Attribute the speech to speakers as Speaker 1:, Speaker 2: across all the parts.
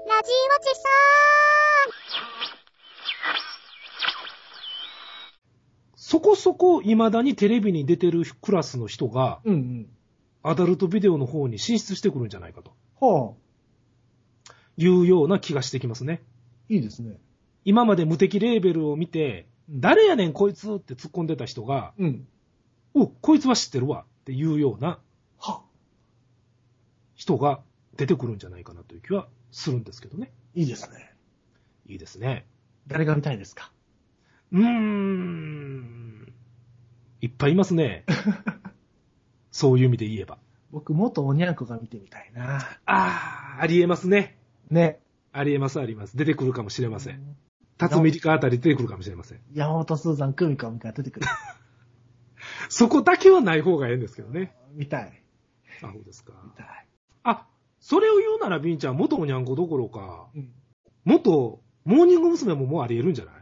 Speaker 1: ちそ
Speaker 2: そこそこ未だにテレビに出てるクラスの人が、
Speaker 3: うんうん。
Speaker 2: アダルトビデオの方に進出してくるんじゃないかと
Speaker 3: はあ、
Speaker 2: いうような気がしてきますね。
Speaker 3: いいですね。
Speaker 2: 今まで無敵レーベルを見て、
Speaker 3: うん
Speaker 2: 誰やねんこいつって突っ込んでた人が、
Speaker 3: うん。
Speaker 2: お、こいつは知ってるわっていうような
Speaker 3: はあ、
Speaker 2: 人が出てくるんじゃないかなという気はするんですけどね。
Speaker 3: いいですね。
Speaker 2: いいですね。
Speaker 3: 誰が見たいですか
Speaker 2: うーん。いっぱいいますね。そういう意味で言えば。
Speaker 3: 僕、元おにゃんこが見てみたいな。
Speaker 2: ああ、ありえますね。
Speaker 3: ね。
Speaker 2: ありえます、あります。出てくるかもしれません。
Speaker 3: ん。
Speaker 2: 辰巳理科あたり出てくるかもしれません。
Speaker 3: 山本スーザン、久美子みたいな出 てくる。
Speaker 2: そこだけはない方がええんですけどね。
Speaker 3: 見たい。
Speaker 2: あ、そうですか。
Speaker 3: 見たい。
Speaker 2: あ、それを言うならビンちゃん、元おにゃんこどころか、
Speaker 3: うん。
Speaker 2: 元モーニング娘。ももうありえるんじゃない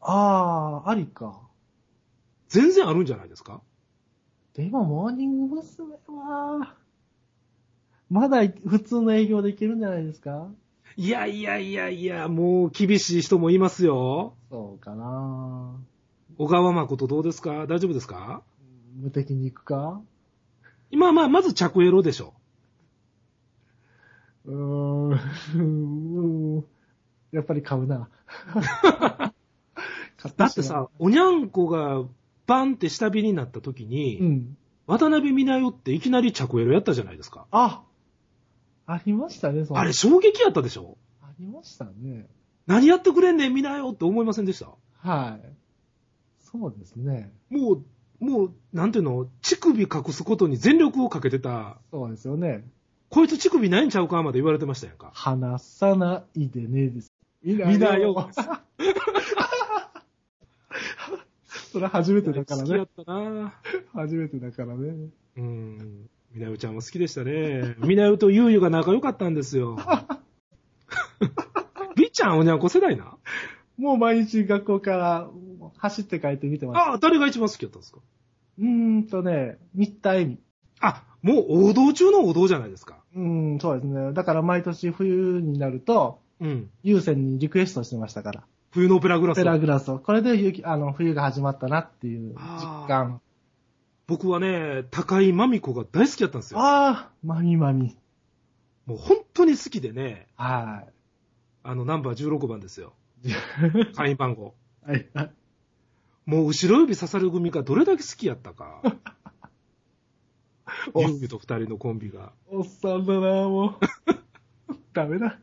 Speaker 3: ああ、ありか。
Speaker 2: 全然あるんじゃないですか
Speaker 3: でも、モーニング娘。は、まだ普通の営業できるんじゃないですか
Speaker 2: いやいやいやいや、もう厳しい人もいますよ。
Speaker 3: そうかな
Speaker 2: 小川誠どうですか大丈夫ですか
Speaker 3: 無敵に行くか
Speaker 2: まあまあ、まず着エロでしょ。
Speaker 3: うーんうーん。やっぱり買うな。買
Speaker 2: だ
Speaker 3: た
Speaker 2: っ
Speaker 3: し
Speaker 2: て、
Speaker 3: な
Speaker 2: さ、おにゃんこがバンって下火になった時に、
Speaker 3: うん。
Speaker 2: 渡辺美奈代っていきなり着エロやったじゃないですか。
Speaker 3: あありましたね、その
Speaker 2: あれ衝撃やったでしょ
Speaker 3: ありましたね。
Speaker 2: 何やってくれんねん、美奈代って思いませんでした
Speaker 3: はい。そうですね。
Speaker 2: もう、もう、なんていうの、乳首隠すことに全力をかけてた、
Speaker 3: そうですよね。
Speaker 2: こいつ乳首ないんちゃうかまで言われてましたやんか。
Speaker 3: 話さないでねです。見
Speaker 2: 見なよ。
Speaker 3: それ初めてだから
Speaker 2: 好きや
Speaker 3: ね
Speaker 2: っ。たな
Speaker 3: 初めてだからね。
Speaker 2: うん。みなよちゃんも好きでしたね。みなよとゆうゆが仲良かったんです よ。りっちゃんおにゃんこ世代な。
Speaker 3: もう毎日学校から走って帰って見てました。
Speaker 2: あ、誰が一番好きやったんですか
Speaker 3: うーんとね、日体見
Speaker 2: あ、もう王道中の王道じゃないですか。
Speaker 3: うん、そうですね。だから毎年冬になると、
Speaker 2: うん。
Speaker 3: 優先にリクエストしてましたから。
Speaker 2: 冬のオペラグラス
Speaker 3: ペ。ラグラスを。これで雪、あの、冬が始まったなっていう実感。
Speaker 2: 僕はね、高井真美子が大好きやったんですよ。
Speaker 3: ああー、まみまみ。
Speaker 2: もう本当に好きでね、
Speaker 3: は
Speaker 2: あのナンバー16番ですよ。
Speaker 3: い。
Speaker 2: 会員番号。
Speaker 3: はい。
Speaker 2: もう後ろ指刺さる組がどれだけ好きやったか。
Speaker 3: お
Speaker 2: ユーユと二人のコンビが。
Speaker 3: おっさんだな、もう。ダメだ。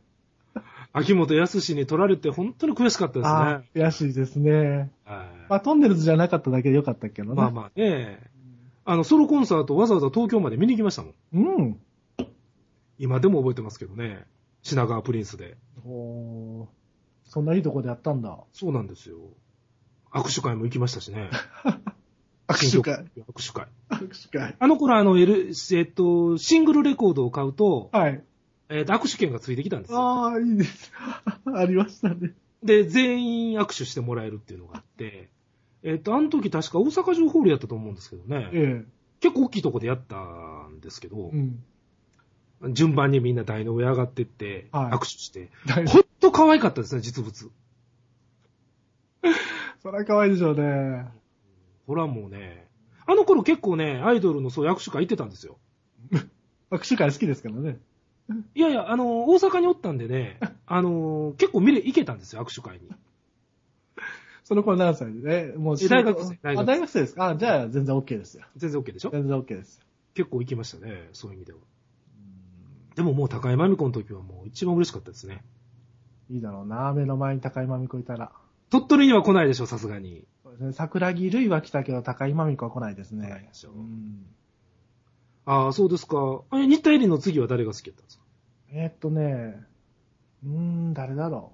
Speaker 2: 秋元康に取られて本当に悔しかったですね。
Speaker 3: ああ、悔しいですね。
Speaker 2: はい
Speaker 3: まあ、トンネルズじゃなかっただけでよかったけどね。
Speaker 2: まあまあね。あの、ソロコンサートわざわざ東京まで見に行きましたもん。
Speaker 3: うん。
Speaker 2: 今でも覚えてますけどね。品川プリンスで。
Speaker 3: おーそんないいとこでやったんだ。
Speaker 2: そうなんですよ。握手会も行きましたしね。
Speaker 3: 握手会。
Speaker 2: 新曲。握手会。
Speaker 3: 握手会。
Speaker 2: あの頃あの、L、えっと、シングルレコードを買うと、
Speaker 3: はい。
Speaker 2: えっと、握手券がついてきたんですよ。
Speaker 3: ああ、いいです。 ありましたね。
Speaker 2: で、全員握手してもらえるっていうのがあって、えっと、あの時確か大阪城ホールやったと思うんですけどね。
Speaker 3: え
Speaker 2: 結構大きいとこでやったんですけど
Speaker 3: え。う、ん。
Speaker 2: 順番にみんな台の上上がってって、
Speaker 3: はい
Speaker 2: 握手して、
Speaker 3: 大
Speaker 2: ほんと可愛かったですね、実物。
Speaker 3: そりゃ可愛いでしょうね。
Speaker 2: ほらもうね、あの頃結構ね、アイドルのそう握手会行ってたんですよ。
Speaker 3: 握手会好きですからね。
Speaker 2: いやいや、あの、大阪におったんで ね、あの、結構見れ、行けたんですよ、握手会に。
Speaker 3: その頃何歳でねもう
Speaker 2: え大学生大学生
Speaker 3: あ、大学生ですかあ、じゃあ全然 OK ですよ。
Speaker 2: 全然 OK でしょ
Speaker 3: 全然 OK ですよ。
Speaker 2: 結構行きましたね、そういう意味では。でももう高井真美子の時はもう一番嬉しかったですね。
Speaker 3: いいだろうな。目の前に高井真美子いたら。
Speaker 2: 鳥取には来ないでしょ、さすがに。
Speaker 3: そうですね。桜木類は来たけど高井真美子は来ないですね。
Speaker 2: 来ないでしょう
Speaker 3: うん
Speaker 2: ああ、そうですか。え、新田絵里の次は誰が好きだったんですか
Speaker 3: えーっとね、うーん、誰だろ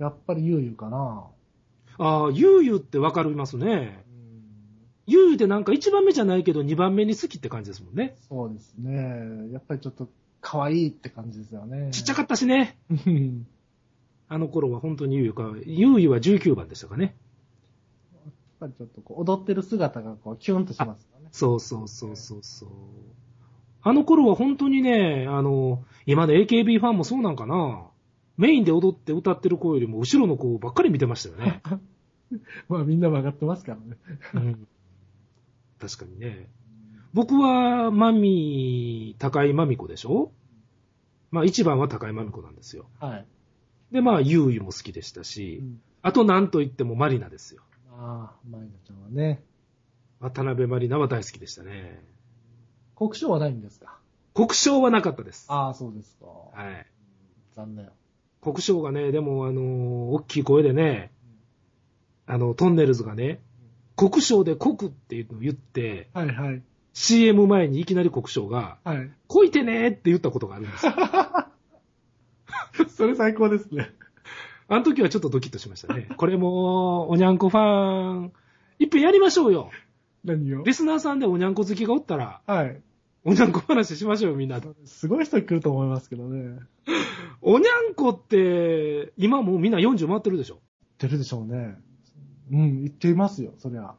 Speaker 3: う。やっぱりゆうゆうかな。
Speaker 2: ああ、ゆうゆうってわかりますね。ゆうゆうってなんか1番目じゃないけど2番目に好きって感じですもんね。
Speaker 3: そうですね。やっぱりちょっと可愛いって感じですよね。
Speaker 2: ちっちゃか
Speaker 3: っ
Speaker 2: ったしね。
Speaker 3: た。や
Speaker 2: あの頃は本当にゆうゆうか、ゆうゆうは19番でしたかね。
Speaker 3: っぱりちょっとこう踊ってる姿がこうキュンとしますよね。
Speaker 2: そうそうそうそうそう。あの頃は本当にね、あの、今の AKB ファンもそうなんかな。メインで踊って歌ってる子よりも後ろの子ばっかり見てましたよね。
Speaker 3: まあみんな曲がってますからね。
Speaker 2: うん確かにね。僕は、マミ、高井マミ子でしょまあ一番は高井マミ子なんですよ。
Speaker 3: はい。
Speaker 2: で、まあ、ゆうゆも好きでしたし、
Speaker 3: うん
Speaker 2: あとなんといってもマリナですよ。
Speaker 3: ああ、マリナちゃんはね。
Speaker 2: 渡辺マリナは大好きでしたね。
Speaker 3: 国章はないんですか
Speaker 2: 国章はなかったです。は
Speaker 3: ああ、そうですか。
Speaker 2: い。
Speaker 3: 残念。
Speaker 2: 国章がね、でも、あのー大きい声でね、あの、トンネルズがね、国章で国っていうのを言って、
Speaker 3: はいはい。
Speaker 2: CM 前にいきなり国章が、
Speaker 3: はい。
Speaker 2: こいてねーって言ったことがあるんですよ。
Speaker 3: それ最高ですね。
Speaker 2: あの時はちょっとドキッとしましたね。 これも、おにゃんこファン、一遍やりましょうよ。
Speaker 3: 何を
Speaker 2: リスナーさんでおにゃんこ好きがおったら、
Speaker 3: はい。
Speaker 2: おにゃんこ話しましょうよ、みんな。
Speaker 3: すごい人来ると思いますけどね。
Speaker 2: おにゃんこって、今もうみんな40回ってるでしょ。
Speaker 3: 出るでしょうね。うん、行っていますよ、そりゃ。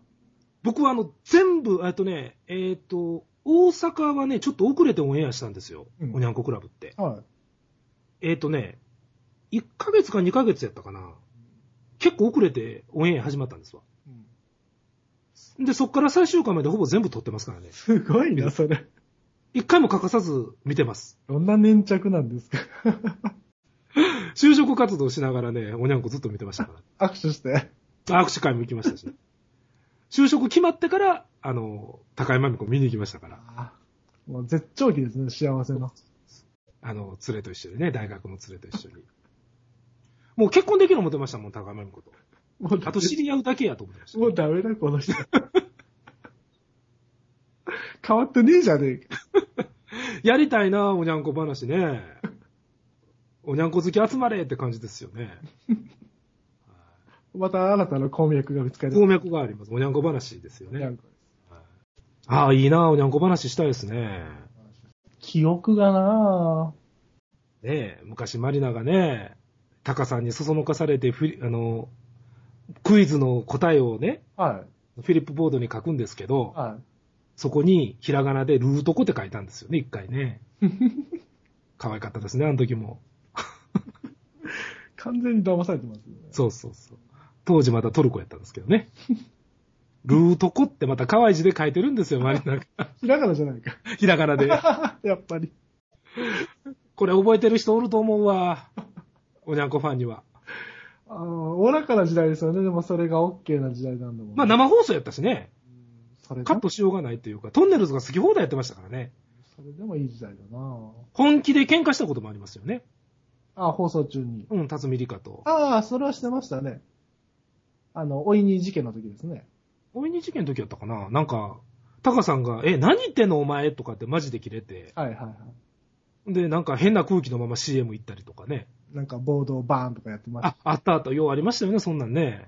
Speaker 2: 僕はあの、全部、えっとね、えっ、と、大阪はね、ちょっと遅れてオンエアしたんですよ。
Speaker 3: うん
Speaker 2: おにゃんこクラブって。
Speaker 3: は
Speaker 2: えっ、とね、1ヶ月か2ヶ月やったかな。結構遅れてオンエア始まったんですわ。
Speaker 3: い。
Speaker 2: で、そっから最終回までほぼ全部撮ってますからね。
Speaker 3: すごいな、それ。
Speaker 2: 一回も欠かさず見てます。
Speaker 3: どんな粘着なんですか
Speaker 2: 就職活動しながらね、おにゃんこずっと見てましたか
Speaker 3: 握手して。
Speaker 2: ら。握手会も行きましたし、ね、就職決まってから、あの、高山美子見に行きましたから、
Speaker 3: ああもう絶頂期ですね、幸せの。
Speaker 2: あの、連れと一緒にね、大学の連れと一緒に。もう結婚できる思ってましたもん、高山美子と。
Speaker 3: もう
Speaker 2: あと知り合うだけやと思ってま した。
Speaker 3: もうダメだ、この人。変わってねえじゃねえか。
Speaker 2: やりたいな、おにゃんこ話ね。おにゃんこ好き集まれって感じですよ ね。
Speaker 3: また新たな鉱脈が見つかる。
Speaker 2: 鉱脈があります。おにゃんこ話ですよ
Speaker 3: にゃ
Speaker 2: ね。
Speaker 3: んこ
Speaker 2: ああ、いいな、おにゃんこ話したいですね。
Speaker 3: 記憶がなぁ。
Speaker 2: ねえ、昔マリナがね、タカさんにそそのかされてフィリあの、クイズの答えをね、
Speaker 3: はい。
Speaker 2: フィリップボードに書くんですけど、
Speaker 3: は
Speaker 2: そこにひらがなでルートコって書いたんですよね、一回ね。可愛かったですね、あの時も。
Speaker 3: い。完全に騙されてますね。
Speaker 2: そうそうそう。当時またトルコやったんですけどね。ルートコってまた可愛い字で書いてるんですよ、マリナが。
Speaker 3: ひらがなじゃないか。
Speaker 2: ひらがなで。
Speaker 3: やっぱり。
Speaker 2: これ覚えてる人おると思うわ。おにゃんこファンには。
Speaker 3: あの、おおらかな時代ですよね。でもそれが OK な時代なんだもん。
Speaker 2: まあ生放送やったしね、
Speaker 3: それ
Speaker 2: カ
Speaker 3: で
Speaker 2: ッ
Speaker 3: も
Speaker 2: トしようがないというか、トンネルズが好き放題やってましたからね。
Speaker 3: それでもいい時代だなぁ。
Speaker 2: 本気で喧嘩したこともありますよね。
Speaker 3: あ、放送中に。
Speaker 2: うん、辰巳理香と。
Speaker 3: ああ、それはしてましたね。あの、おいに事件の時ですね。
Speaker 2: おいに事件の時やったかななんか、タカさんが、え、何言ってんのお前とかってマジでキレて。
Speaker 3: はいはいは
Speaker 2: で、なんか変な空気のまま CM 行ったりとかね。
Speaker 3: い。なんかボードをバーンとかやってました。
Speaker 2: あ、あったあった。ようありましたよね、そんなんね。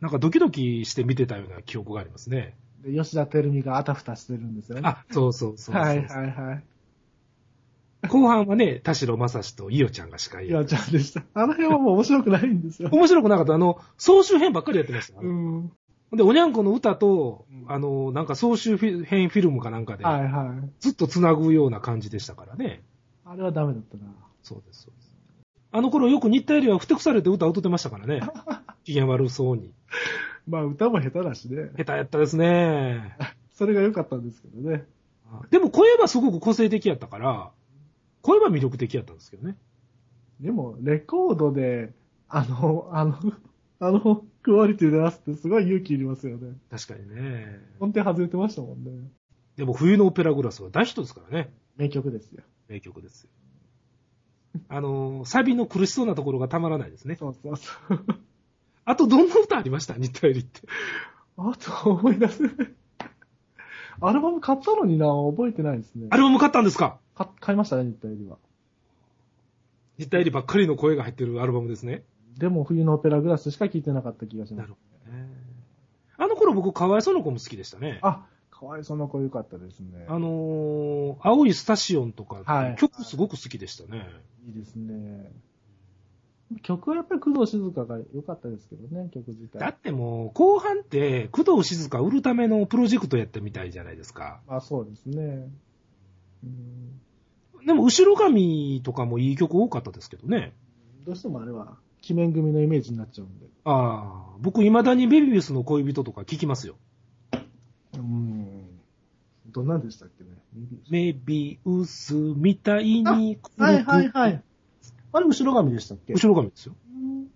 Speaker 2: なんかドキドキして見てたような記憶がありますね。
Speaker 3: で吉田照美があたふたしてるんですよね。
Speaker 2: あ、そうそうそうそう
Speaker 3: はいはいは
Speaker 2: 後半はね、田代正史と伊代ちゃんが司
Speaker 3: い。
Speaker 2: 会
Speaker 3: い。や、ちゃんでした。あの辺はもう面白くないんで すよ。
Speaker 2: 面白くなかった。あの、総集編ばっかりやってましたよ。
Speaker 3: うん。
Speaker 2: で、おにゃんこの歌と
Speaker 3: う、ん
Speaker 2: あの、なんか総集編フィルムかなんかで、
Speaker 3: はいはい。
Speaker 2: ずっと繋ぐような感じでしたからね。
Speaker 3: あれはダメだったな。
Speaker 2: そうです、そうです。あの頃よく日テレはふてくされて歌を歌ってましたから ね。機嫌悪そうに。
Speaker 3: まあ歌も下手だしね。
Speaker 2: 下手やったですね。
Speaker 3: それが良かったんですけどね。
Speaker 2: でも声はすごく個性的やったから、声は魅力的やったんですけどね。
Speaker 3: でも、レコードで、あの、あの、あのクオリティで出すってすごい勇気いりますよね。
Speaker 2: 確かにね。
Speaker 3: 音程外れてましたもんね。
Speaker 2: でも冬のオペラグラスは大ヒットですからね。
Speaker 3: 名曲ですよ。
Speaker 2: 名曲ですよ。あのー、サビの苦しそうなところがたまらないですね。
Speaker 3: そうそうそう。
Speaker 2: あとどんな歌ありました日テレって。
Speaker 3: あと思い出せない。アルバム買ったのにな、覚えてないですね。
Speaker 2: あれも向かったんですか
Speaker 3: か買いましたね、日体りは。
Speaker 2: 日テレばっかりの声が入ってるアルバムですね。
Speaker 3: でも、冬のオペラグラスしか聴いてなかった気がし
Speaker 2: な
Speaker 3: ます
Speaker 2: る。ほどね。あの頃僕、かわいそうな子も好きでしたね。
Speaker 3: あ、かわいそうな子良かったですね。
Speaker 2: あのー青いスタシオンとか、
Speaker 3: はい
Speaker 2: 曲すごく好きでしたね。
Speaker 3: いいですね。曲はやっぱり工藤静香が良かったですけどね、曲自
Speaker 2: だ
Speaker 3: 体。
Speaker 2: ってもう、後半って、工藤静香売るためのプロジェクトやったみたいじゃないですか。
Speaker 3: まあそうですね。うん
Speaker 2: でも、後ろ髪とかもいい曲多かったですけどね。
Speaker 3: どうしてもあれは、鬼面組のイメージになっちゃうんで。
Speaker 2: ああ、僕未だにベビウスの恋人とか聞きますよ。
Speaker 3: うーん。どんなんでしたっけね。
Speaker 2: メビウスみたいに
Speaker 3: はいはいはい。あれ後ろ髪でしたっけ
Speaker 2: 後ろ髪ですよ。
Speaker 3: うん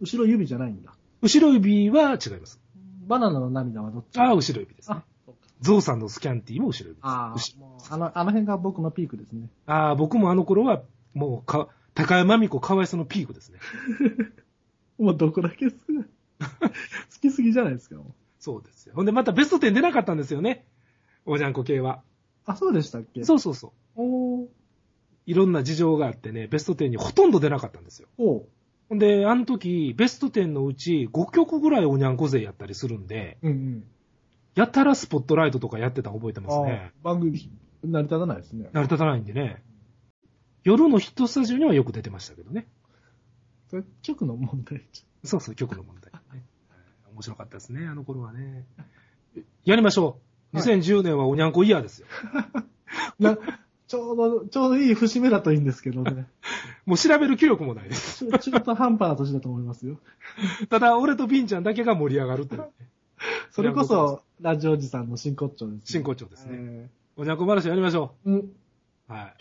Speaker 3: 後ろ指じゃないんだ。
Speaker 2: 後ろ指は違います。
Speaker 3: バナナの涙はどっち
Speaker 2: ああ、後ろ指ですね
Speaker 3: あ。そっか
Speaker 2: ゾウさんのスキャンティも後ろ指です。
Speaker 3: あ
Speaker 2: 後
Speaker 3: あ、もうあの、あの辺が僕のピークですね。
Speaker 2: ああ、僕もあの頃は、もうか、高山美子可愛さのピークですね。
Speaker 3: もうどこだけ好き 好きすぎじゃないですか。もう
Speaker 2: そうですよ。ほんでまたベスト10出なかったんですよね。おじゃんこ系は。
Speaker 3: あ、そうでしたっけ。
Speaker 2: そううそうそう。
Speaker 3: おー
Speaker 2: いろんな事情があってね、ベスト10にほとんど出なかったんですよ。
Speaker 3: おう。
Speaker 2: ほんで、あの時、ベスト10のうち5曲ぐらいおにゃんこ勢やったりするんで、
Speaker 3: うんうん。
Speaker 2: やたらスポットライトとかやってたの覚えてますね。
Speaker 3: あー番組、成り立たないですね。
Speaker 2: 成り立たないんでね。夜のヒットスタジオにはよく出てましたけどね。
Speaker 3: それ、局の問題じ
Speaker 2: そうそう、曲の問 題、ね。面白かったですね、あの頃はね。やりましょう。
Speaker 3: はい
Speaker 2: 2010年はおにゃんこイヤーですよ。
Speaker 3: ゃん。な、 ちょうど、ちょうどいい節目だといいんですけどね。
Speaker 2: もう調べる気力もないです。
Speaker 3: ちょ中途半端な年だと思いますよ。
Speaker 2: ただ、俺とビンちゃんだけが盛り上がるというね、
Speaker 3: それこそ、ラジオおじさんの真骨頂です、
Speaker 2: 真骨頂ですね。
Speaker 3: ね。
Speaker 2: おにゃんこ話やりましょ
Speaker 3: うん。
Speaker 2: う。はい。